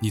你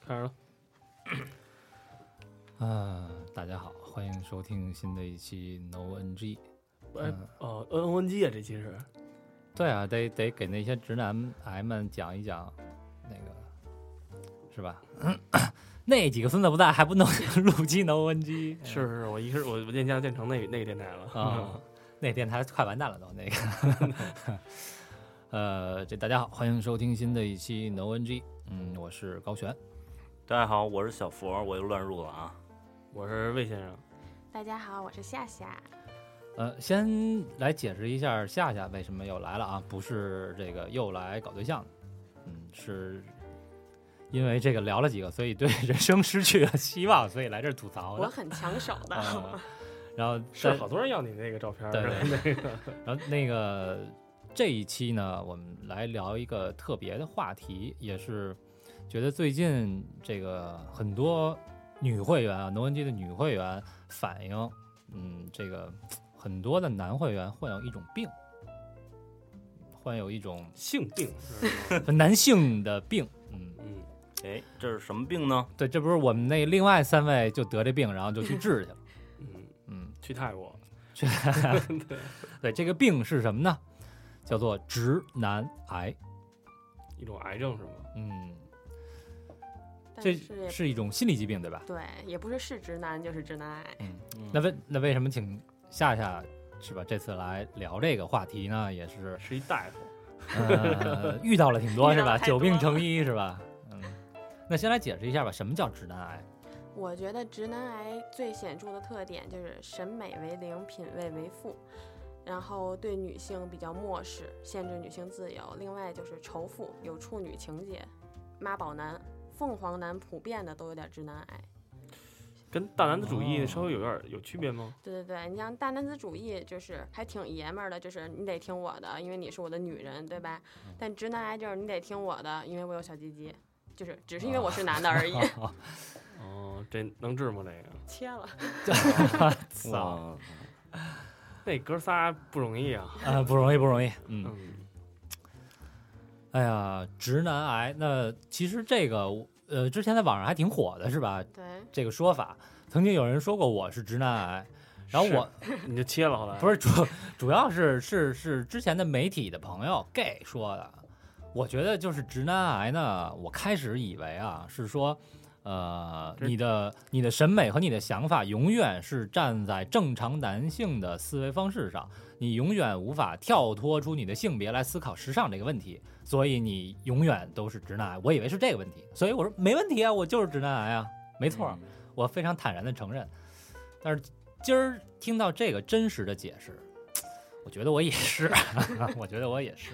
开始了。啊，大家好，欢迎收听新的一期 No NG。哎，嗯哦，N O N G 啊，这期是对啊，得得给那些直男癌们讲一讲，那个是吧？ 那几个孙子不在，还不能录期 No NG 是是，我一是我我练家练成那那个电台了啊、那电台快完蛋了都那个。 呃，这大家好，欢迎收听新的一期 No NG。嗯，我是高璇。大家好，我是小佛，我又乱入了啊！我是魏先生，大家好，我是夏夏。呃，先来解释一下夏夏为什么又来了啊？不是这个又来搞对象的，嗯，是因为这个聊了几个，所以对人生失去了希望，所以来这儿吐槽我的。很抢手的，呃、然后是在好多人要你那个照片儿，对对那个 然后那个这一期呢，我们来聊一个特别的话题，也是觉得最近这个很多女会员啊，农文机的女会员反映，嗯，这个很多的男会员患有一种病，患有 一种性病，是吧男性的病， 嗯，嗯，哎，这是什么病呢？对，这不是我们那另外三位就得这病，然后就去治去了，嗯，嗯，去泰国，对，对，这个病是什么呢？叫做直男癌，一种癌症是吗？嗯，但这是也是一种心理疾病，对吧？对，也不是是直男就是直男癌。嗯那为那为什么请夏夏是吧？这次来聊这个话题呢，也是是一大夫， 呃遇到了挺多遇是到吧？了太久多病成医是吧？嗯，那先来解释一下吧，什么叫直男癌？我觉得直男癌最显著的特点就是审美为零，品味为负，然后对女性比较漠视，限制女性自由。另外就是仇富，有处女情节，妈宝男、凤凰男普遍的都有点直男癌。跟大男子主义哦稍微有点有区别吗？对对对，你像大男子主义，就是还挺爷们儿的，就是你得听我的，因为你是我的女人，对吧？但直男癌就是你得听我的，因为我有小鸡鸡，就是只是因为我是男的而已。哦，这能治吗？这个切了，操，哇，那哥仨不容易啊，呃，不容易，不容易。嗯，嗯，哎呀，直男癌，那其实这个呃，之前在网上还挺火的是吧？对，这个说法，曾经有人说过我是直男癌，然后我你就切了，后来不是主主要是是是之前的媒体的朋友 gay 说的，我觉得就是直男癌呢，我开始以为啊是说，呃，这你的你的审美和你的想法永远是站在正常男性的思维方式上，你永远无法跳脱出你的性别来思考时尚这个问题，所以你永远都是直男癌。我以为是这个问题，所以我说没问题啊，我就是直男癌啊，没错儿。嗯我非常坦然的承认。但是今儿听到这个真实的解释，我觉得我也是， 我觉得我也是，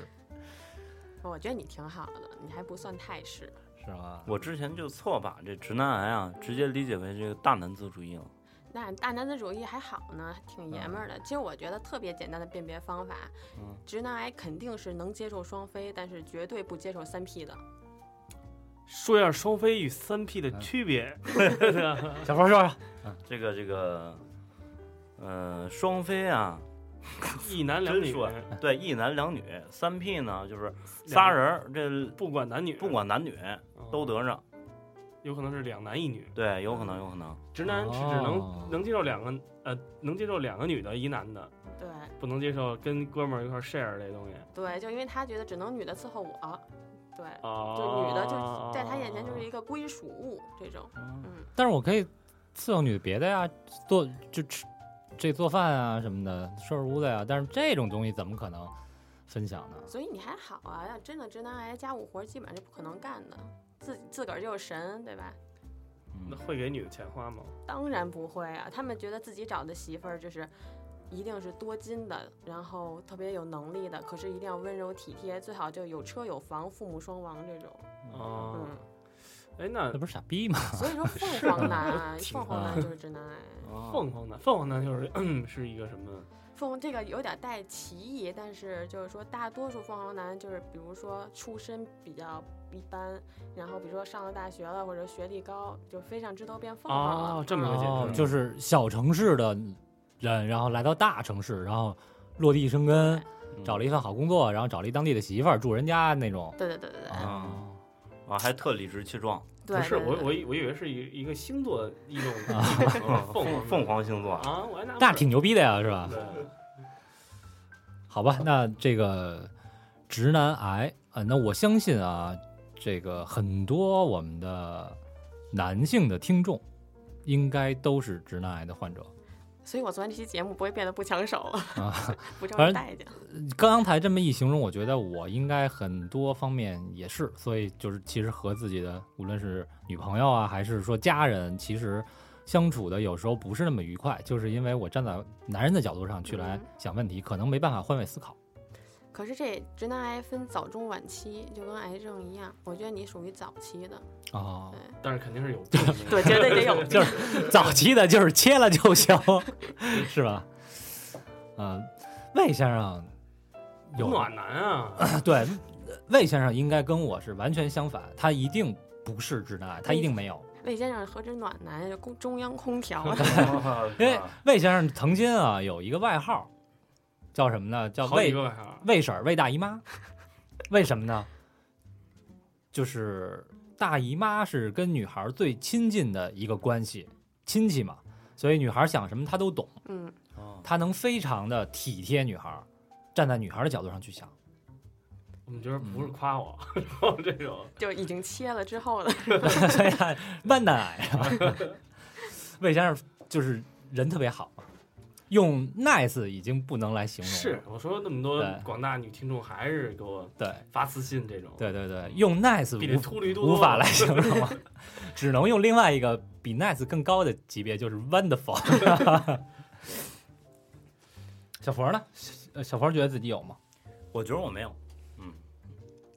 我觉得你挺好的，你还不算太是。是吗？我之前就错把这直男癌啊，直接理解为这个大男子主义了。那大男子主义还好呢，挺爷们儿的。其实我觉得特别简单的辨别方法，嗯直男癌肯定是能接受双非，但是绝对不接受三 P 的。说一下双飞与三 P 的区别，嗯小佛说说，这个这个，呃，双飞啊，一男两真女，说对，一男两女，三 P 呢就是仨俩人儿，这不管男女，不管男女嗯都得上。有可能是两男一女，对，有可能，有可能。直男是只哦能能接受两个呃能接受两个女的，一男的，对不能接受跟哥们儿一块儿 share 这东西。对，就因为他觉得只能女的伺候我，对，啊，就女的就在他眼前就是一个归属物这种。但是我可以伺候女别的呀，做就吃这做饭啊什么的，收拾屋子呀、但是这种东西怎么可能分享呢？所以你还好啊，要真的直男癌家务活基本上是不可能干的，自自个儿就是神，对吧？那嗯会给女的钱花吗？当然不会啊，他们觉得自己找的媳妇儿就是一定是多金的，然后特别有能力的，可是一定要温柔体贴，最好就有车有房，父母双亡这种。啊嗯，哎，那那不是傻逼 吗？所以说凤凰男，挺凤凰男啊就是直男癌。啊凤凰男，凤凰男就是嗯是一个什么？凤凰这个有点带歧义，但是就是说大多数凤凰男就是，比如说出身比较一般，然后比如说上了大学了或者学历高，就飞上枝头变凤凰了。啊哦这么个解释哦嗯，就是小城市的人，然后来到大城市，然后落地生根，找了一份好工作，然后找了一当地的媳妇儿住人家那种。对对对对对啊，嗯啊，还特理直气壮，对，哦不是对我对我以我以为是一一个星座一种啊 凤凰凤凰星座，啊，我还纳闷那挺牛逼的呀，是吧？ 对好吧，那这个直男癌啊、呃那我相信啊，这个很多我们的男性的听众应该都是直男癌的患者。所以我昨天这期节目不会变得不抢手啊， 不招反正人待见。刚才这么一形容，我觉得我应该很多方面也是，所以就是其实和自己的无论是女朋友啊，还是说家人，其实相处的有时候不是那么愉快，就是因为我站在男人的角度上去来想问题，可能没办法换位思考。可是这直男癌分早中晚期，就跟癌症一样，我觉得你属于早 期的，哦，但是肯定是有病的。对，绝对 得有就是早期的，就是切了就行， 是吧？嗯、魏先生有暖男啊，对，魏先生应该跟我是完全相反，他一定不是直男癌，他一定没有。魏先生何止暖男，就中中央空调 因为魏先生曾经啊有一个外号，叫什么呢？叫好几魏个晚上魏婶儿、魏大姨妈。为什么呢？就是大姨妈是跟女孩儿最亲近的一个关系，亲戚嘛，所以女孩儿想什么她都懂， 嗯，啊她能非常的体贴女孩儿，站在女孩儿的角度上去想。 我们觉得嗯不是夸我， 然后这种就已经切了之后的，所以啊万难癌啊。 魏先生就是人特别好，用 nice 已经不能来形容了。是我说那么多对广大女听众还是给我对。发私信这种，，对对对，用 nice 比这无秃驴多 无法来形容啊，只能用另外一个比 nice 更高的级别，就是 wonderful。小佛呢？小呃小佛觉得自己有吗？我觉得我没有，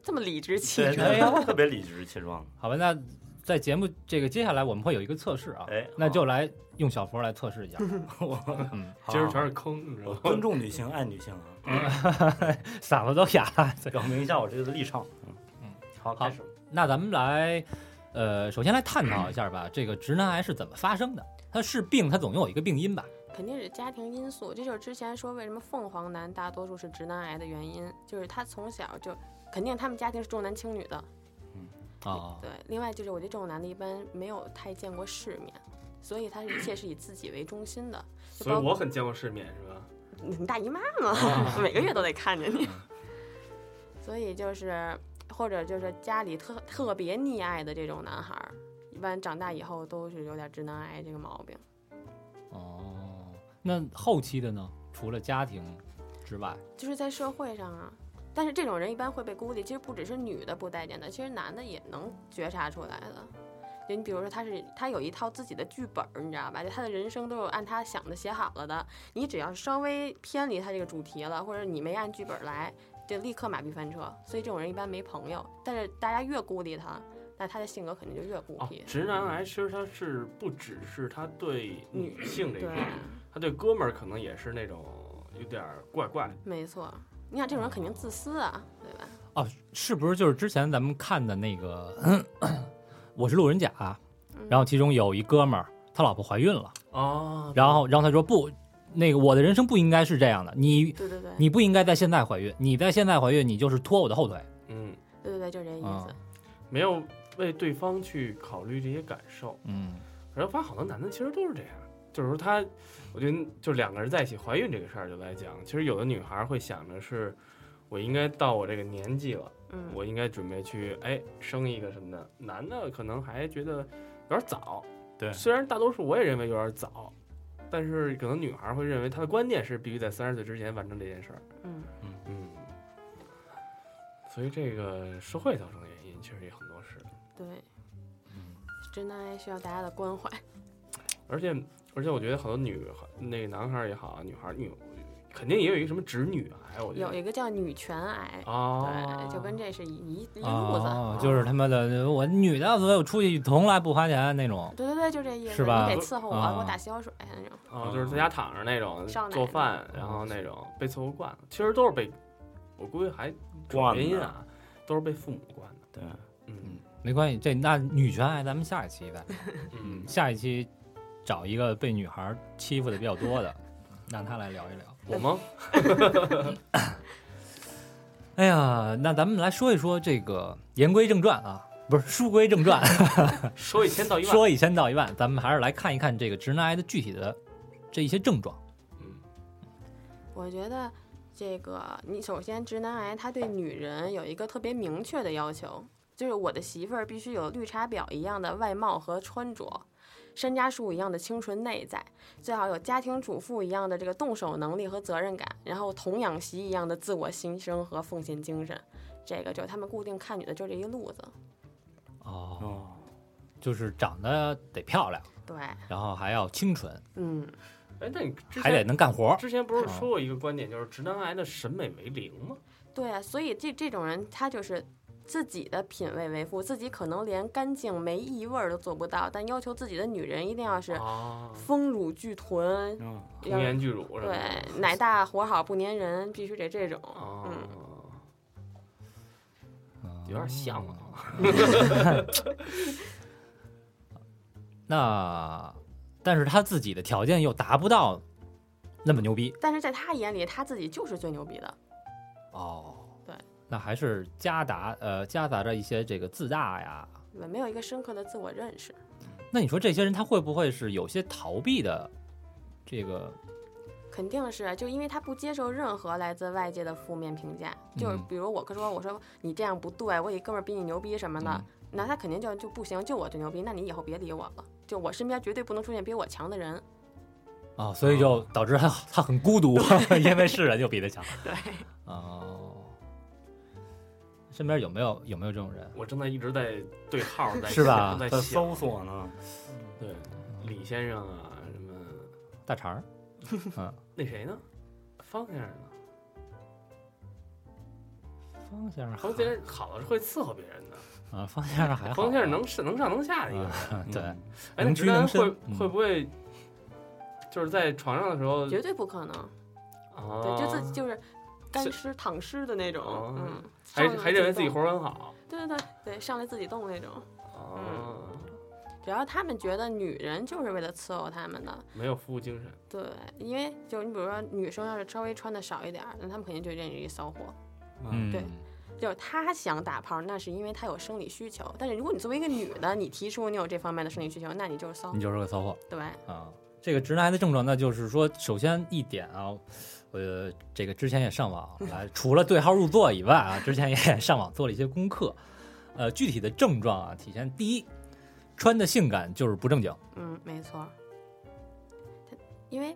这么理直气对，壮。哎呀特别理直气壮的，好吧，那在节目这个接下来我们会有一个测试啊，哎，那就来用小佛来测试一下。嗯，好今儿全是坑，你知道啊吗？我尊重女性，爱女性啊，嗓子都哑了。表明一下我这个立场，嗯，好，好开始，那咱们来，呃，首先来探讨一下吧，这个直男癌是怎么发生的？它是病，它总有一个病因吧？肯定是家庭因素，这就是之前说为什么凤凰男大多数是直男癌的原因，就是他从小就肯定他们家庭是重男轻女的，啊、对。另外就是我觉得这种男的一般没有太见过世面，所以他一切是以自己为中心的。就所以包括我很见过世面，是吧？你大姨妈嘛，啊 每个月都得看着嗯你。 所以就是，或者就是家里特特别溺爱的这种男孩儿，一般长大以后都是有点直男癌这个毛病。哦，那后期的呢？除了家庭之外，就是在社会上啊。但是这种人一般会被孤立，其实不只是女的不待见的，其实男的也能觉察出来的。就你比如说，他是他有一套自己的剧本儿，你知道吧？就他的人生都有按他想的写好了的。你只要稍微偏离他这个主题了，或者你没按剧本儿来，就立刻马屁翻车。所以这种人一般没朋友。但是大家越孤立他，那他的性格肯定就越孤哦僻。，直男癌其实他是不只是他对女性这一对啊块，，他对哥们儿可能也是那种有点儿怪怪的。没错。你想这种人肯定自私啊，对吧？哦，是不是就是之前咱们看的那个 《我是路人甲》，然后其中有一哥们儿，他老婆怀孕了，哦然后然后他说不，那个我的人生不应该是这样的，你对对对，你不应该在现在怀孕，你在现在怀孕，你就是拖我的后腿。嗯，对对对，就这意啊思。没有为对方去考虑这些感受。嗯，然后发现好多男的其实都是这样，就是说他，我觉得就两个人在一起怀孕这个事儿就来讲，其实有的女孩会想着是，我应该到我这个年纪了，嗯，我应该准备去哎生一个什么的。男的可能还觉得有点早，对虽然大多数我也认为有点早，但是可能女孩会认为她的观念是必须在三十岁之前完成这件事儿。嗯。嗯，所以这个社会造成的原因其实也很多是。对，直男癌需要大家的关怀。而且而且，我觉得很多女孩，那个男孩儿也好，女孩儿女，肯定也有一个什么直女癌，我觉有得一个叫女权癌，啊，对，就就跟这是一一一路子。啊哦，就是他妈的，我女的，所以我出去从来不花钱那种。对对对，就这意思。是吧你得伺候我，啊给我打洗脚水那种。啊，就是在家躺着那种少奶奶做饭，然后那种被伺候惯了，其实都是被，我估计还主要惯的原因啊，都是被父母惯的。对，嗯没关系，这那女权爱咱们下一期 呗，嗯，下一期找一个被女孩欺负的比较多的，让她来聊一聊。我吗？哎呀，那咱们来说一说这个言归正传啊，不是书归正传，说一千 道一万。说一千道一万，咱们还是来看一看这个直男癌的具体的这一些症状。嗯我觉得这个，你首先直男癌他对女人有一个特别明确的要求，就是我的媳妇儿必须有绿茶婊一样的外貌和穿着，山楂树一样的清纯内在，最好有家庭主妇一样的这个动手能力和责任感，然后童养媳一样的自我牺牲和奉献精神。这个就是他们固定看女的就这一路子，哦，哦，就是长得得漂亮，对，然后还要清纯，嗯，哎，那你之还得前能干活。之前不是说过一个观点，就是直男癌的审美为零吗？对啊，所以这这种人他就是自己的品味为负，自己可能连干净没异味儿都做不到，但要求自己的女人一定要是啊，丰乳巨臀，嗯，童要颜巨乳什么的。对奶大活好不粘人，必须得这种。啊，嗯，有点像了啊。那，但是他自己的条件又达不到那么牛逼但是在他眼里，他自己就是最牛逼的。哦。对，那还是夹杂呃夹杂着一些这个自大呀。对吧没有一个深刻的自我认识，那你说这些人他会不会是有些逃避的这个肯定是啊就因为他不接受任何来自外界的负面评价，就是嗯比如我说我说你这样不对，我有一哥们儿比你牛逼什么的，嗯那他肯定就就不行，就我最牛逼，那你以后别理我了。就我身边绝对不能出现比我强的人。哦，所以就导致他他很孤 独，因为是人就比他强。对，哦，身边有没有有没有这种人？我正在一直在对号 在是吧在在想搜索呢，对李先生啊，什么大肠儿，那谁呢？方先生呢？方先生好方先生好了是会伺候别人的，啊，方先生还好，方先生能是能上能下的一个人。啊，对，嗯哎，那能直屈男能伸会嗯会不会就是在床上的时候绝对不可能。啊？对，就自己就是干是尸躺尸的那种，哦嗯，还上来还认为自己动活儿很好对对对对，上来自己动那种。啊？只要他们觉得女人就是为了伺候他们的，没有服务精神，对，因为就是你比如说女生要是稍微穿的少一点儿，那他们肯定就认为骚货。嗯，对就是她想打炮，那是因为她有生理需求。但是如果你作为一个女的，你提出你有这方面的生理需求，那你就是骚你。就是个骚货。对，啊，这个直男癌的症状，那就是说，首先一点啊，呃，这个之前也上 网来，除了对号入座以外啊，之前也 上网做了一些功课。呃，具体的症状啊，体现第一，穿的性感就是不正经，嗯，没错。她因为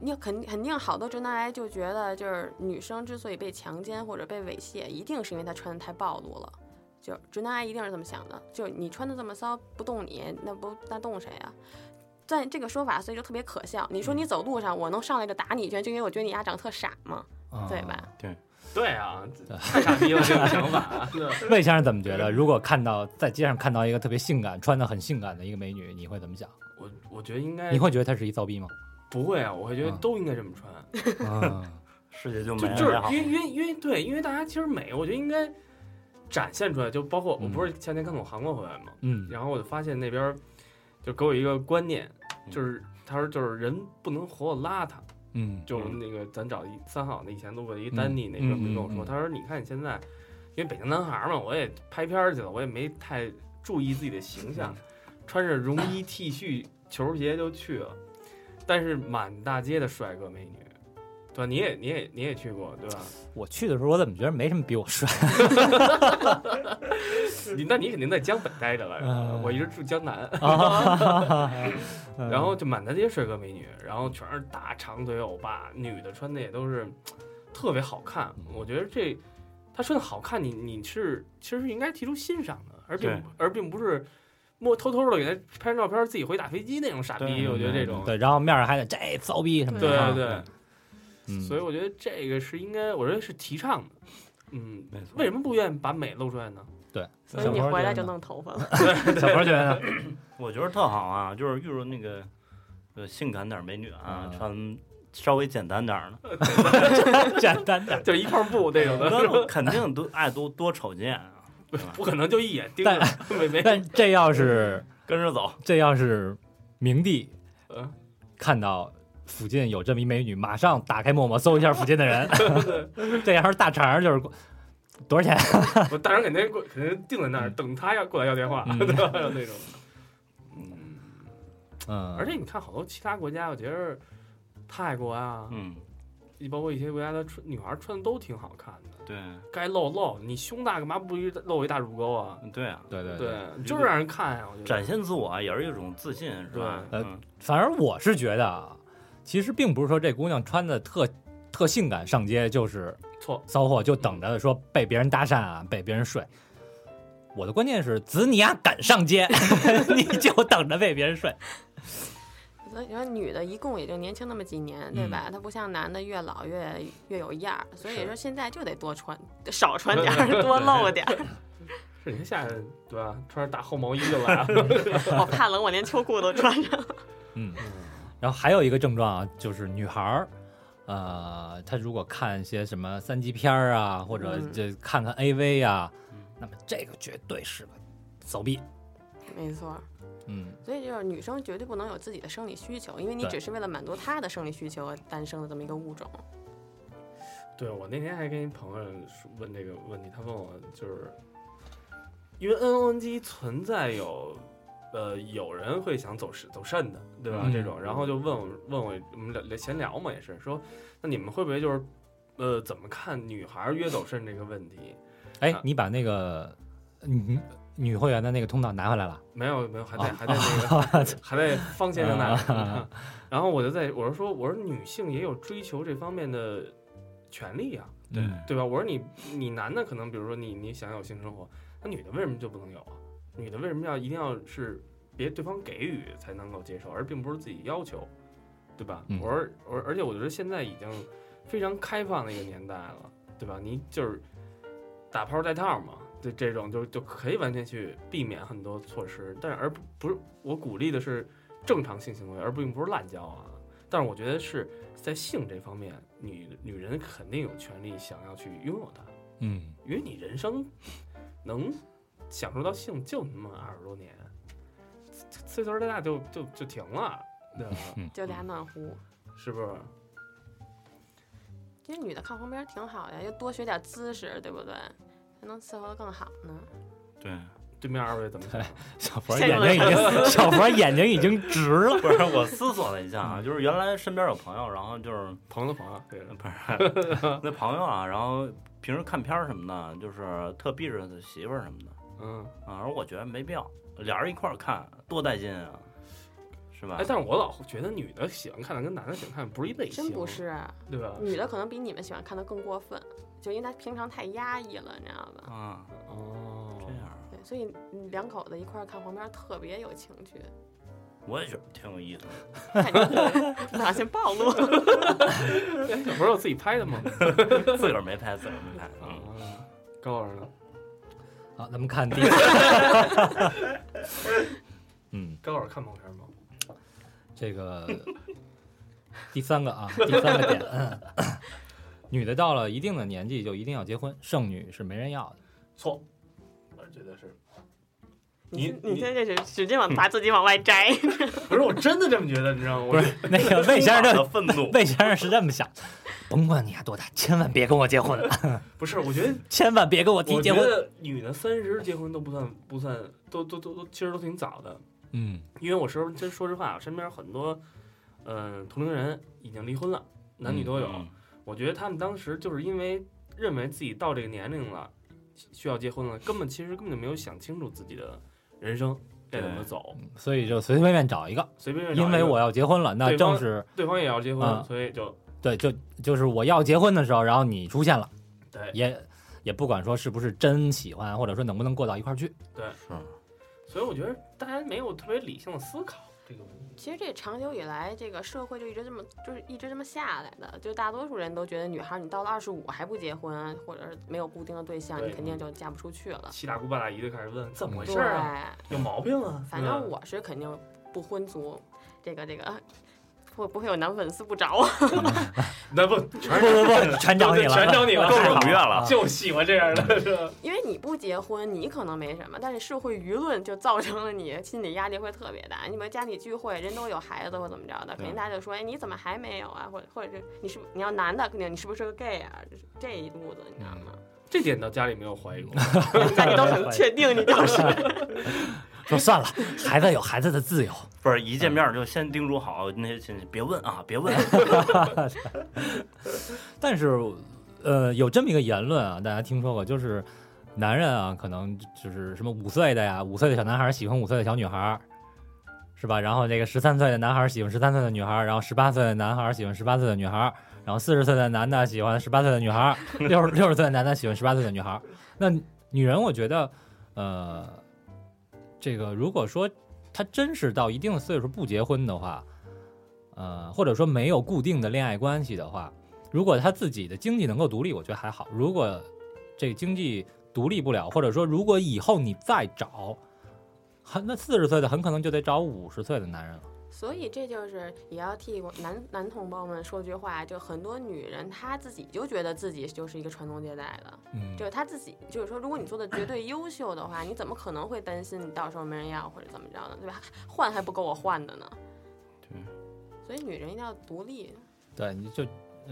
你有肯肯定好多直男癌就觉得，就是女生之所以被强奸或者被猥亵，一定是因为她穿的太暴露了。就是直男癌一定是这么想的，就是你穿的这么骚，不动你，那不那动谁啊？但这个说法，所以就特别可笑。你说你走路上，我能上来就打你一拳，就因为我觉得你丫长得特傻吗？啊对吧？对 啊，太傻逼了这种想法。 对魏先生怎么觉得？如果看到在街上看到一个特别性感、穿的很性感的一个美女，你会怎么想？我我觉得应该你会觉得她是一骚逼吗？不会啊，我会觉得嗯都应该这么穿， 啊，世界就就没就是了。因为因为因为对，因为大家其实美，我觉得应该展现出来。就包括我嗯不是前天刚从韩国回来嘛，嗯，然后我就发现那边儿就给我一个观念，嗯就是他说就是人不能活得邋遢。嗯，就嗯那个咱找一三好那以前录过的一嗯丹尼那哥们嗯儿跟我嗯说，嗯他说你看你现在，因为北京男孩儿嘛，我也拍片儿去了，我也没太注意自己的形象，嗯穿着绒衣 T 恤球鞋就去了，但是满大街的帅哥美女，对吧？你也你也你也去过对吧？我去的时候，我怎么觉得没什么比我帅？ 你那你肯定在江北待着了嗯，我一直住江 南，啊 嗯然后就满大街帅哥美女，然后全是大长腿欧巴，女的穿的也都是特别好看。我觉得这她穿的好看，你你是其实是应该提出欣赏的，而并对而并不是默偷偷的给她拍张照片，自己回打飞机那种傻逼。对我觉得这种，对，然后面上还得这骚逼什么的，对啊对，嗯所以我觉得这个是应该，我认为是提倡的。嗯，没错。为什么不愿意把美露出来呢？所以你小猴回来觉得就呢弄头发了。小鹏觉得呢， 我觉得特好啊，就是遇着那个呃性感点儿美女嗯啊，穿稍微简单点儿的，简单点儿， 就是一块布那 种的，那肯定都爱多多瞅几眼啊，对吧？不可能就一眼盯但着 美眉。但这要是跟着走，这要是明帝嗯看到附近有这么一美女，马上打开陌陌搜一下附近的人， 这要是大肠儿就是多少钱？我当然肯定过肯定定在那儿等他要过来要电话， 嗯对吧？那种。嗯，而且你看好多其他国家，我觉得泰国啊，嗯，包括一些国家的穿女孩穿的都挺好看的，对该露露，你胸大干嘛不一露一大乳沟啊？对啊，对对，对，就是让人看呀，我觉得。展现自我啊也是一种自信，是吧？对嗯，反而我是觉得啊，其实并不是说这姑娘穿的特特性感上街就是错骚货，就等着说被别人搭讪啊，被别人睡。我的观念是，子你丫敢上街， 你就等着被别人睡。所以说，女的一共也就年轻那么几年，对吧？她不像男的越老越越有样儿，所以是说现在就得多穿，少穿点儿，多露点儿。是你看夏天对吧？穿着大厚毛衣就来了，我怕冷，我连秋裤都穿上。嗯，然后还有一个症状啊，就是女孩儿，呃，她如果看一些什么三级片儿啊，或者嗯这看看 AV 啊，嗯那么这个绝对是个走避。没错，嗯，所以就是女生绝对不能有自己的生理需求，因为你对只是为了满足她的生理需求而诞生的这么一个物种。对我那天还跟一朋友说问这个问题，他问我就是，因为 NNG 存在有，呃，有人会想走肾走肾的，对吧？嗯这种，然后就问我问我我们聊闲聊嘛，也是说，那你们会不会就是，呃，怎么看女孩约走肾这个问题？哎啊，你把那个女女会员的那个通道拿回来了？没有没有，还在哦还在那个、 还在方先生那里啊。 然后我就在我是说我说女性也有追求这方面的权利啊，对嗯对吧？我说你你男的可能，比如说你你想有性生活，那女的为什么就不能有啊？女的为什么要一定要是别对方给予才能够接受，而并不是自己要求，对吧？嗯我说我说而且我觉得现在已经非常开放的一个年代了，对吧？你就是打炮带套嘛，这这种就就可以完全去避免很多措施，但是而不不是我鼓励的是正常性行为，而并不是滥交啊。但是我觉得是在性这方面，女女人肯定有权利想要去拥有它，嗯，因为你人生能享受到性就那么二十多年，岁岁数太大就就就停了，对吧？就俩暖壶，是不是？其实女的靠旁边挺好呀，又多学点姿势，对不对？才能伺候的更好呢。对，对面二位怎么想？小佛眼睛已经小佛眼睛已经直了。不是我思索了一下啊，就是原来身边有朋友，然后就是朋友的朋友，对不是那朋友啊，然后平时看片儿什么的，就是特避着他媳妇儿什么的嗯，啊，而我觉得没必要，俩人一块儿看多带劲啊，是吧哎，？但是我老觉得女的喜欢看的跟男的喜欢看的不是一类型，真不，是，啊对吧？女的可能比你们喜欢看的更过分，就因为她平常太压抑了，你知道吧？啊，哦这，样啊对，所以嗯两口子一块儿看黄片儿特别有情趣， 我也觉得挺有意思的。看你不小心暴露。 哎这不是我自己拍的吗？自个儿没拍，自个儿没拍。嗯，啊，高老师呢？好，咱们看第， 嗯，高老师看毛片吗？这个第三 个啊，第三个点，嗯女的到了一定的年纪就一定要结婚，剩女是没人要的。错，我觉得是，你你你现在这是使劲往把自己往外摘， 不是我真的这么觉得，你知道吗？不是那 个魏先生充满了这，，愤怒魏先生是这么想，甭管你还多大，千万别跟我结婚，啊不是，我觉 得千万别跟我提我结觉婚。得女的三十结婚都不算不算，都都都都其实都挺早的，嗯因为我说真说实话，我身边很多嗯、呃同龄人已经离婚了，男女都有。嗯我觉得他们当时就是因为认为自己到这个年龄了，需要结婚了，根本其实根本就没有想清楚自己的人生该怎么走，所以就随随便便找一个，随便找一个因为我要结婚了，那对方正是对方也要结婚，啊所以就对，就就是我要结婚的时候，然后你出现了。对也也不管说是不是真喜欢，或者说能不能过到一块儿去。所以我觉得大家没有特别理性的思考，这个其实这长久以来，这个社会就一直这么，就是一直这么下来的。就大多数人都觉得，女孩你到了二十五还不结婚，或者是没有固定的对象，对你肯定就嫁不出去了。七大姑八大姨就开始问怎么回对事，儿啊，有毛病啊。反正嗯我是肯定不婚族，这个这个 会不会有男粉丝不找我？嗯那不全不是不不，全找你了，全找你了 够太好我如愿了。就喜欢这样的， 是吧？因为你不结婚，你可能没什么，但是社会舆论就造成了你心理压力会特别大。你们家里聚会，人都有孩子或怎么着的，肯定大家就说：“哎，你怎么还没有啊？”或者或者是你是不你要男的，肯定你是不是个 gay 啊？就是这一路子，你知道吗？这点到家里没有怀疑过，家里都很确定你就是。说算了，孩子有孩子的自由。不是一见面就先叮嘱好那些亲戚，别问啊，别问啊。但是，呃，有这么一个言论啊，大家听说过，就是男人啊，可能就是什么五岁的呀，五岁的小男孩喜欢五岁的小女孩，是吧？然后这个十三岁的男孩喜欢十三岁的女孩，然后十八岁的男孩喜欢十八岁的女孩，然后四十岁的男的喜欢十八岁的女孩，六十六十岁的男的喜欢十八岁的女孩。那女人，我觉得，呃，这个如果说她真是到一定的岁数不结婚的话，呃，或者说没有固定的恋爱关系的话，如果他自己的经济能够独立，我觉得还好。如果这经济独立不了，或者说如果以后你再找，很那四十岁的很可能就得找五十岁的男人了。所以这就是也要替我男男同胞们说句话，就很多女人她自己就觉得自己就是一个传宗接代的，嗯就是她自己就是说，如果你做的绝对优秀的话，你怎么可能会担心你到时候没人要或者怎么着呢？对吧？ 换还不够我换的呢。对。所以女人一定要独立，对，你就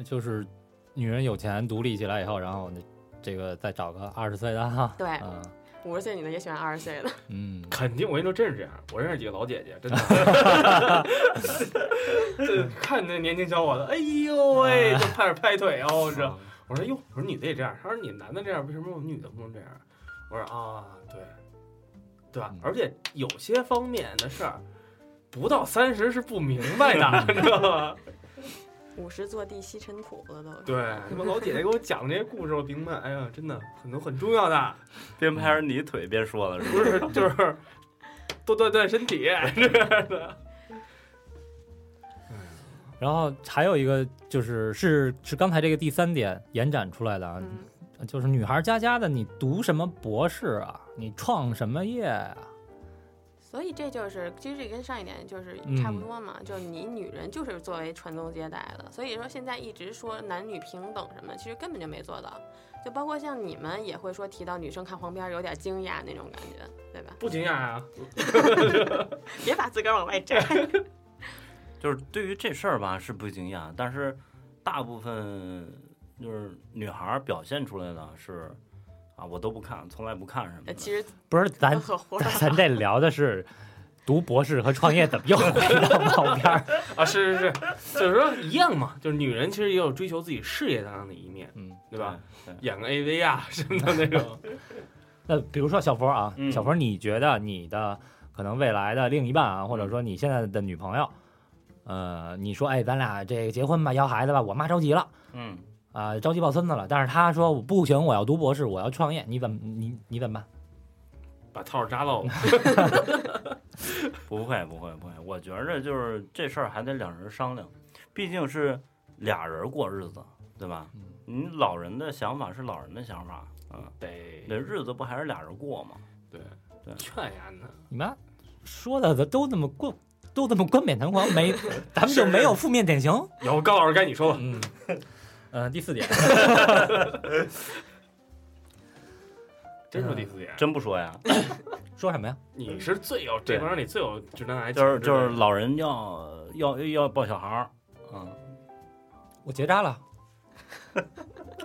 就是女人有钱独立起来以后，然后你这个再找个二十岁的哈，对嗯五十岁女的也喜欢二十岁的，嗯，肯定我跟你说真是这样。我认识几个老姐姐，真的， 这看那年轻小伙子，哎呦喂，就开始拍腿哦，这。我说哟，我说女的也这样，她说你男的这样，为什么我们女的不能这样？我说啊，对，对吧嗯？而且有些方面的事儿，不到三十是不明白 的，你知道吗？五十坐地吸尘土了都。对，他妈老姐姐给我讲这些故事，我明白，哎呀，真的很多很重要的，边拍着你腿边说了，是不不是？是 就是多锻炼身体，然后还有一个就是是是刚才这个第三点延展出来的啊，嗯，就是女孩家家的，你读什么博士啊，你创什么业啊？所以这就是，其实这跟上一点就是差不多嘛，就是你女人就是作为传宗接代的，所以说现在一直说男女平等什么，其实根本就没做到。就包括像你们也会说提到女生看黄片儿有点惊讶那种感觉，对吧？不惊讶啊。别把自个儿往外 摘。就是对于这事儿吧是不惊讶，但是大部分就是女孩儿表现出来的是啊，我都不看，从来不看什么的。哎其实不是咱很活 咱咱这聊的是读博士和创业怎么又回到毛片 儿？啊，是是是，就是说一样嘛，就是女人其实也有追求自己事业上的一面，嗯，对吧？对？对演个 AV 啊什么的那种，那比如说小佛啊，嗯小佛，你觉得你的可能未来的另一半啊，或者说你现在的女朋友，呃，你说哎，咱俩这个结婚吧，要孩子吧，我妈着急了嗯，啊、着急抱孙子了，但是她说我不行，我要读博士，我要创业，你怎么你你怎么办？把套儿扎 漏了。不会不会不会，我觉着就是这事儿还得两人商量，毕竟是俩人过日子，对吧？嗯你老人的想法是老人的想法，嗯，得那日子不还是俩人过吗？对对劝呀呢，你妈说的都都那么冠都这么冠冕堂皇， 没咱们就没有负面典型。以后高老师该你说了，嗯，呃，第四点，真说第四点，嗯真不说呀， 说什么呀？你是最有这帮人里最有直男癌，就是就是老人要要要抱小孩儿，嗯，我 结扎了，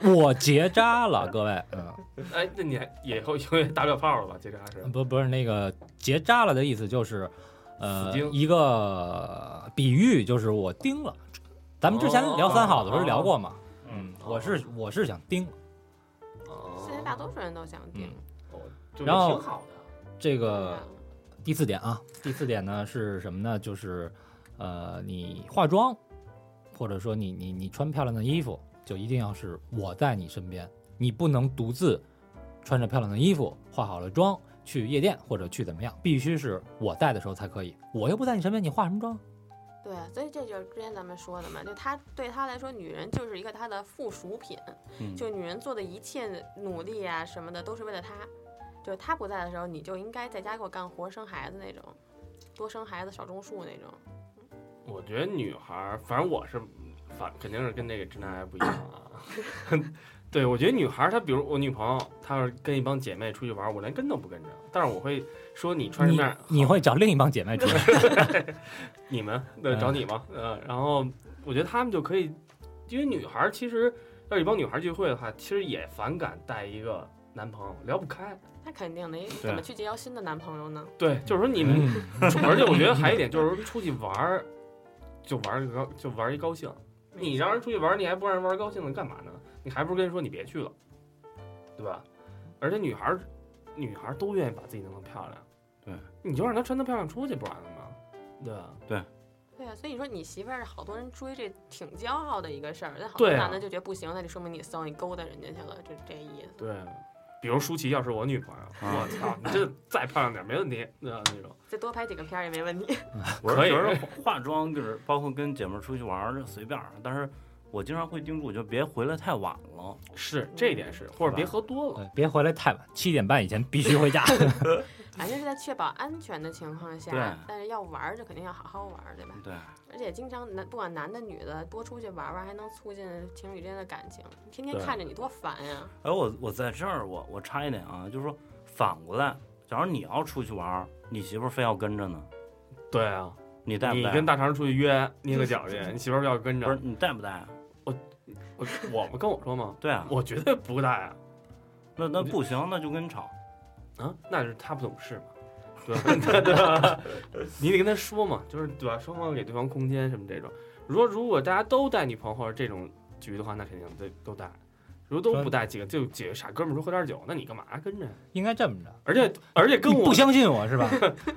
我结扎了，各位，嗯，哎，那你还以后永远打不了炮了吧？这个还是不不是那个结扎了的意思，就是死呃钉一个比喻，就是我钉了。咱们之前哦聊三好的时候聊过嘛，嗯，我是我是想钉 现在大多数人都想定。哦就然后挺好的，这个第四点啊，第四点呢是什么呢？就是呃，你化妆，或者说你你你穿漂亮的衣服，就一定要是我在你身边，你不能独自穿着漂亮的衣服，化好了妆去夜店或者去怎么样，必须是我在的时候才可以。我又不在你身边，你化什么妆？对，所以这就是之前咱们说的嘛，就他对他来说，女人就是一个他的附属品，嗯，就女人做的一切努力啊什么的，都是为了他。就是他不在的时候，你就应该在家给我干活、生孩子那种，多生孩子少种树那种。我觉得女孩儿，反正我是，反肯定是跟那个直男癌不一样啊。 对，我觉得女孩儿，她比如我女朋友，她要是跟一帮姐妹出去玩儿，我连跟都不跟着，但是我会说你穿什你么样儿，你会找另一帮姐妹出来？你们对找你吗？呃，然后我觉得她们就可以，因为女孩儿其实要是一帮女孩儿聚会的话，其实也反感带一个男朋友，聊不开。那肯定的，你怎么去结交新的男朋友呢？对，就是说你们嗯， 而且我觉得还有一点就是说出去玩儿，就玩儿一个高就玩儿一高兴。你让人出去玩儿，你还不让人玩儿高兴了，干嘛呢？你还不如跟人说你别去了，对吧？而且女孩儿，女孩儿都愿意把自己弄得漂亮，对，你就让她穿得漂亮出去，不完了吗？对吧？对啊，所以你说你媳妇儿好多人追，这挺骄傲的一个事儿。那好多对啊男的就觉得不行，那就说明你骚，你勾搭人家去了，就这意思。对，比如舒淇要是我女朋友，啊哦我操，你这再漂亮点儿没问题，对吧？那种再多拍几个片儿也没问题。我可是以觉得化妆就是包括跟姐们儿出去玩儿就随便儿，但是我经常会叮嘱，就别回来太晚了。是这一点是，或者别喝多了。对，别回来太晚，七点半以前必须回家。反正是在确保安全的情况下对，但是要玩儿就肯定要好好玩儿，对吧？对，而且经常男不管男的女的多出去玩玩，还能促进情侣之间的感情。天天对看着你多烦呀！哎，我我在这儿我我插一点啊，就是说反过来，假如你要出去玩儿，你媳妇儿非要跟着呢，对啊，你带不你带？跟大肠出去约捏个脚去，你媳妇儿要跟不是着，你带不带？我我不跟我说吗？对啊，我绝对不带啊！那那不行，那就跟你吵。啊，那是他不懂 事嘛，对吧？对吧？你得跟他说嘛，就是对吧？双方给对方空间什么这种。如果如果大家都带女朋友或者这种局的话，那肯定得都带。如果都不带几个，就几个傻哥们儿说喝点酒，那你干嘛跟着呀？应该这么着。而且而且跟你我不相信我是吧？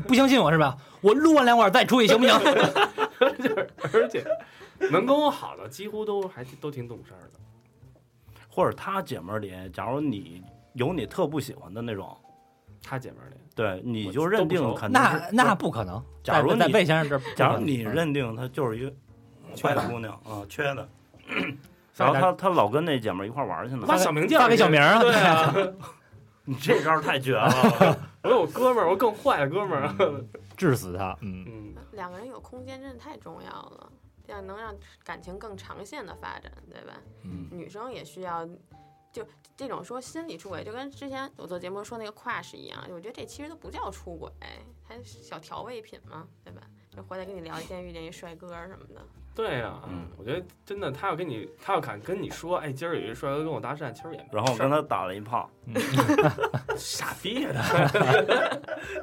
不相信我是吧？我撸完两管再出去行不行？ 而且能跟我好的几乎都还都挺懂事儿的。或者他姐们儿里，假如你有你特不喜欢的那种，他姐们儿里，对，你我就都认不定熟肯定那是那不可能。假如在在嗯你魏先生这儿，假如你不可能认定她就是一个坏姑娘啊，缺 的，然发后给她她老跟那姐们儿一块儿玩儿去呢，发小明叫发给人家小明儿啊对啊， 你这招儿太绝 了。 我有哥们儿，我更坏的哥们儿。致死他，嗯， 嗯，两个人有空间真的太重要了，这样能让感情更长线的发展，对吧？嗯女生也需要，就这种说心理出轨，就跟之前我做节目说那个 crush 一样，我觉得这其实都不叫出轨，还是小调味品嘛，对吧？就回来跟你聊一天遇见一帅哥什么的，对呀、嗯我觉得真的，他要跟你，他要敢跟你说，哎，今儿有一帅哥跟我搭讪，其实也没然后我事儿跟他打了一炮，傻逼呀、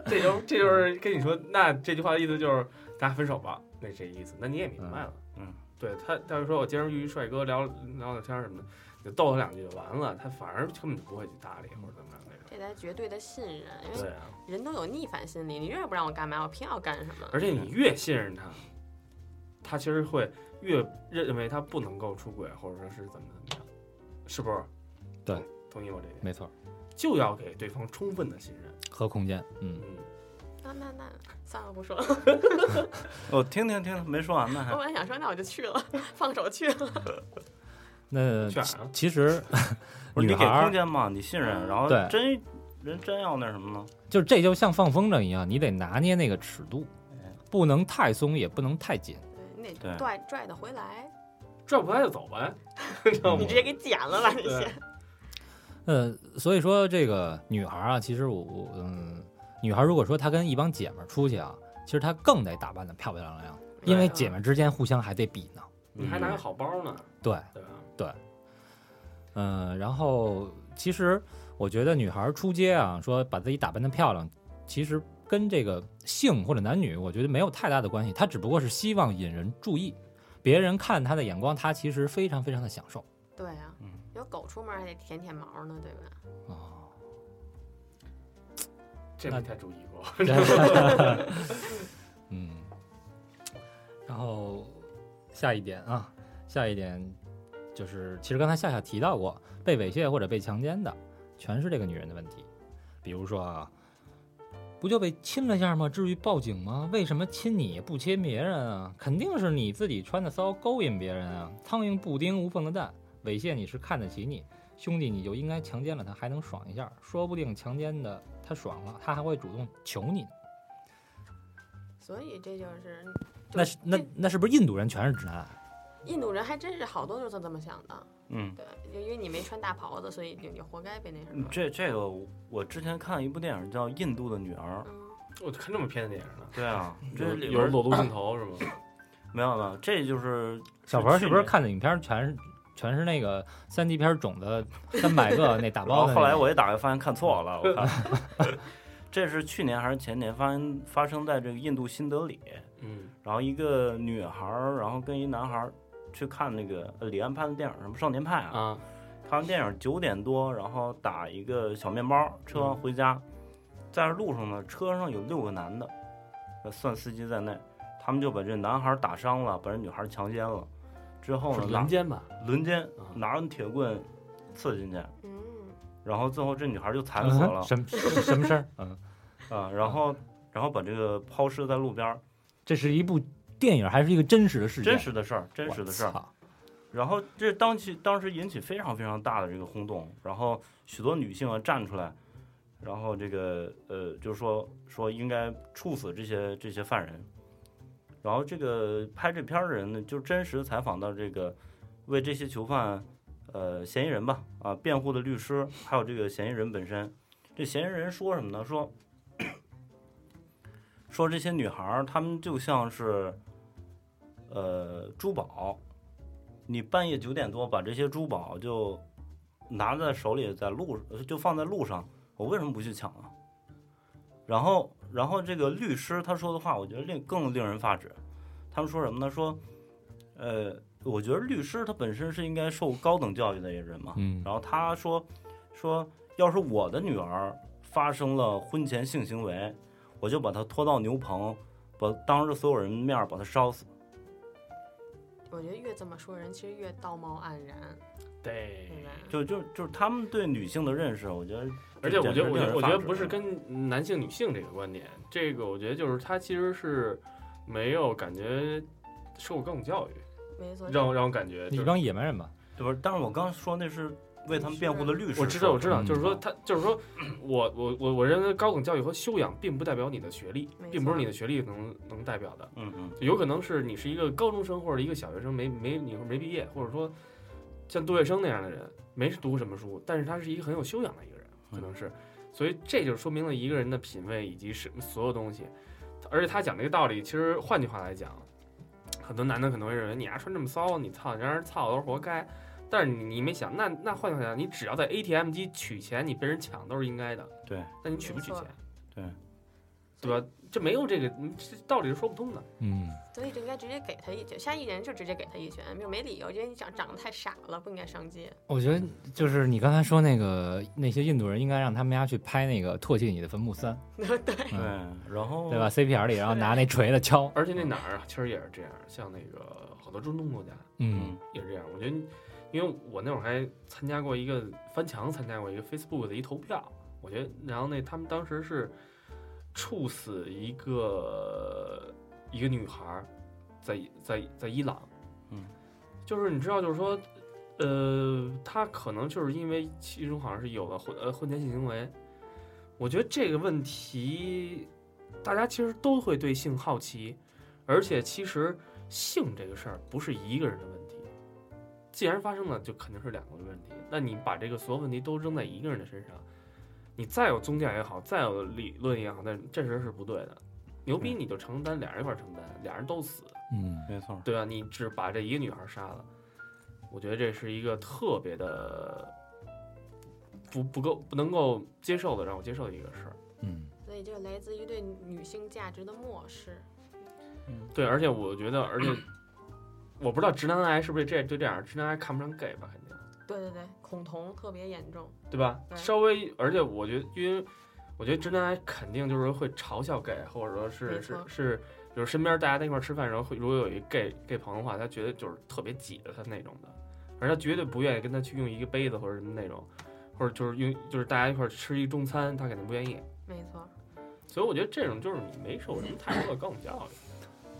这就这就是跟你说，那这句话的意思就是大家分手吧，那这意思，那你也明白了，嗯嗯对他，他就说我今儿遇一帅哥聊聊聊天儿什么的，你就逗他两句就完了，他反而根本就不会去搭理或者怎么样那种。这才绝对的信任，因对为啊，人都有逆反心理，你越不让我干嘛，我偏要干什么。而且你越信任他，他其实会越认为他不能够出轨，或者说是怎么怎么样，是不是？对，同意我这点，没错，就要给对方充分的信任。和空间，嗯，嗯，那那那，算了，不说了。我哦听听听，没说完呢还哦我。本来想说，那我就去了， 放手去了。那去哪儿啊？其实不 是女你孩给空儿间嘛，你信任，然后对真人真要那什么呢？就是这就像放风筝一样，你得拿捏那个尺度哎，不能太松，也不能太紧。对你对得拽拽得回来，拽不开就走呗，知道吗你？直接给剪了吧，你对 先。呃，所以说这个女孩儿啊，其实我我嗯，女孩儿如果说她跟一帮姐们儿出去啊，其实她更得打扮的漂漂亮亮，因啊为姐们儿之间互相还得比呢。你还嗯拿个好包呢，对，对吧？嗯，然后其实我觉得女孩儿出街啊，说把自己打扮的漂亮，其实跟这个性或者男女，我觉得没有太大的关系，她只不过是希望引人注意，别人看她的眼光，她其实非常非常的享受对啊，有狗出门还得舔舔毛呢，对吧？啊。这那没太注意过。 嗯，然后下一点啊，下一点就是，其实刚才夏夏提到过，被猥亵或者被强奸的，全是这个女人的问题。比如说啊，不就被亲了下吗？至于报警吗？为什么亲你不亲别人啊？肯定是你自己穿的骚，勾引别人啊！苍蝇不叮无缝的蛋，猥亵你是看得起你，兄弟你就应该强奸了他，还能爽一下，说不定强奸的他爽了，他还会主动求你呢。所以这就是，就那是那这那是不是印度人全是直男？印度人还真是好多就是这么想的，嗯，对，就因为你没穿大袍子，所以你你活该被那什么。这这个我之前看一部电影叫《印度的女儿》，嗯，我看这么偏的电影呢，对啊， 这有里有边裸露镜头是 吗？没有了，这就是小鹏是不是去年看的影片全是全是那个三级片种子三百个那打然包后的那后个？来我一打开发现看错了，我看 这是去年还是前年发生发生在这个印度新德里，嗯，然后一个女孩儿，然后跟一男孩儿去看那个呃李安拍的电影什么《少年派》啊，啊，看完电影九点多，然后打一个小面包车嗯回家，在路上呢，车上有六个男的，呃算司机在内，他们就把这男孩儿打伤了，把这女孩儿强奸了，之后是呢轮拿奸吧？轮奸啊，嗯拿着铁棍刺进去，嗯，然后最后这女孩儿就惨死 了嗯，什么什么事儿？ 嗯，啊，然后然后把这个抛尸在路边儿，这是一部电影还是一个真实的事件？真实的事儿，真实的事儿我。操然后这当其当时引起非常非常大的这个轰动，然后许多女性啊站出来，然后这个呃就是说说应该处死这些这些犯人，然后这个拍这片儿的人呢就真实采访到这个为这些囚犯呃嫌疑人吧啊辩护的律师，还有这个嫌疑人本身，这嫌疑人说什么呢？说说这些女孩儿她们就像是呃珠宝。你半夜九点多把这些珠宝就拿在手里，在路呃就放在路上，我为什么不去抢啊？然后，然后这个律师他说的话，我觉得令更令人发指。他们说什么呢？说，呃，我觉得律师他本身是应该受高等教育的人嘛。嗯然后他说，说要是我的女儿发生了婚前性行为，我就把她拖到牛棚，把当着所有人面儿把她烧死。我觉得越这么说人，其实越道貌岸然，对对吧？就就就是他们对女性的认识，我觉得，而且我觉得，我觉得，我觉得不是跟跟男性、女性这个观点，这个我觉得就是他其实是没有感觉受过高等教育，没错，让我让我感觉就你一是。帮野蛮人吧？对不是？但是我刚刚说那是为他们辩护的律师，我知道，我知道，嗯就是说他，就是说我我我我认为高等教育和修养并不代表你的学历没，并不是错你的学历能能代表的，嗯嗯，有可能是你是一个高中生或者一个小学生没没你没毕业，或者说像杜月笙那样的人没读过什么书，但是他是一个很有修养的一个人，可能是，所以这就说明了一个人的品味以及什么所有东西，而且他讲这个道理，其实换句话来讲，很多男的可能会认为你丫、穿这么骚，你操，你让人操都是活该。但是你你没想，那那换句话讲，你只要在 ATM 机取钱，你被人抢都是应该的。对，那你取不取钱？对，对吧？这没有这个，嗯这道理是说不通的。嗯，所以就应该直接给他一拳，杀一人就直接给他一拳，就没理由，因为你长长得太傻了，不应该上街。 我觉得就是你刚才说那个那些印度人，应该让他们家去拍那个《唾弃你的坟墓三》，对，然后嗯对吧？？CPR 里，然后拿那锤子敲，而且那哪儿啊，其实也是这样，像那个好多中东国家嗯嗯也是这样。我觉得你，因为我那会儿还参加过一个翻墙，参加过一个 Facebook 的一投票，我觉得，然后那他们当时是处死一个一个女孩儿，在在在伊朗，嗯，就是你知道，就是说，呃，她可能就是因为其中好像是有了婚呃婚前性行为，我觉得这个问题，大家其实都会对性好奇，而且其实性这个事儿不是一个人的问题，既然发生了，就肯定是两个问题。那你把这个所有问题都扔在一个人的身上，你再有宗教也好，再有理论也好，但这事儿是不对的。牛逼，你就承担，俩人一块儿承担，俩人都死，嗯，没错，对吧？你只把这一个女孩杀了，我觉得这是一个特别的不不够不能够接受的，让我接受的一个事儿。嗯，所以就来自于对女性价值的漠视。对，而且我觉得，而且 我不知道直男癌是不是这就这样，直男癌看不上 gay 吧，肯定，对对对，恐同特别严重。对吧？对稍微，而且我觉得，因为我觉得直男癌肯定就是会嘲笑 gay，或者说是没是错是，比如身边大家在一块儿吃饭的时候，会如果有一 gay gay 朋友的啊话，他觉得就是特别挤的他那种的，而他绝对不愿意跟他去用一个杯子或者什么那种，或者就是用就是大家一块儿吃一中餐，他肯定不愿意。没错，所以我觉得这种就是你没受什么太多的高等教育。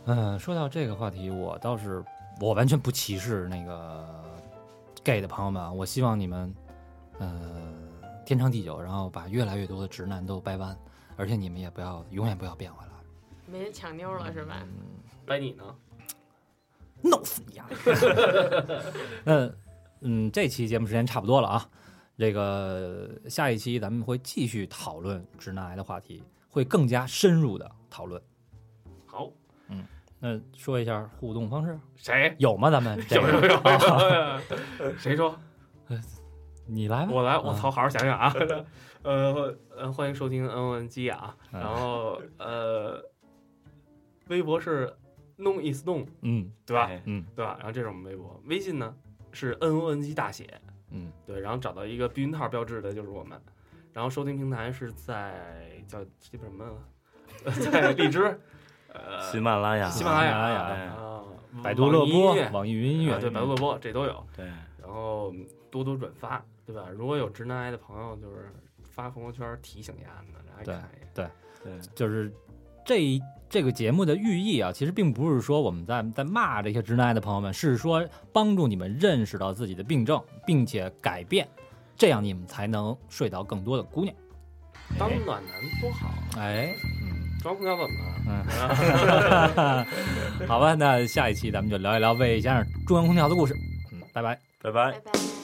嗯，说到这个话题，我倒是我完全不歧视那个 gay 的朋友们啊，我希望你们，呃，天长地久，然后把越来越多的直男都掰弯，而且你们也不要永远不要变回来。没人抢妞了是吧？白你呢？弄死你啊！ 那嗯，这期节目时间差不多了啊。这个下一期咱们会继续讨论直男癌的话题，会更加深入的讨论。好，那说一下互动方式谁？有吗？咱们这有个有有，谁说？ 你来吧。我来，我啊操，好好想想啊。 呃呃，欢迎收听 N N G 啊，嗯然后呃，微博是 known is known，嗯对吧？哎嗯对吧？然后这是我们微博，微信呢是 N O N G 大写，嗯，对，然后找到一个避孕套标志的就是我们，然后收听平台是在叫这叫什么？呃 在荔枝，呃，喜马拉雅，喜马拉雅喜马拉雅哎啊，百度乐播网易音、网易云音乐乐啊，对，百度乐播这都有。对，然后多多转发，对吧？如果有直男癌的朋友，就是发朋友圈提醒一下子，然后对看一眼。对，就是这一这个节目的寓意啊，其实并不是说我们在在骂这些直男癌的朋友们，是说帮助你们认识到自己的病症，并且改变，这样你们才能睡到更多的姑娘。当暖男多好，啊哎，装空调怎么了？嗯，好吧，那下一期咱们就聊一聊魏先生中央空调的故事。嗯，拜拜。拜拜拜。拜。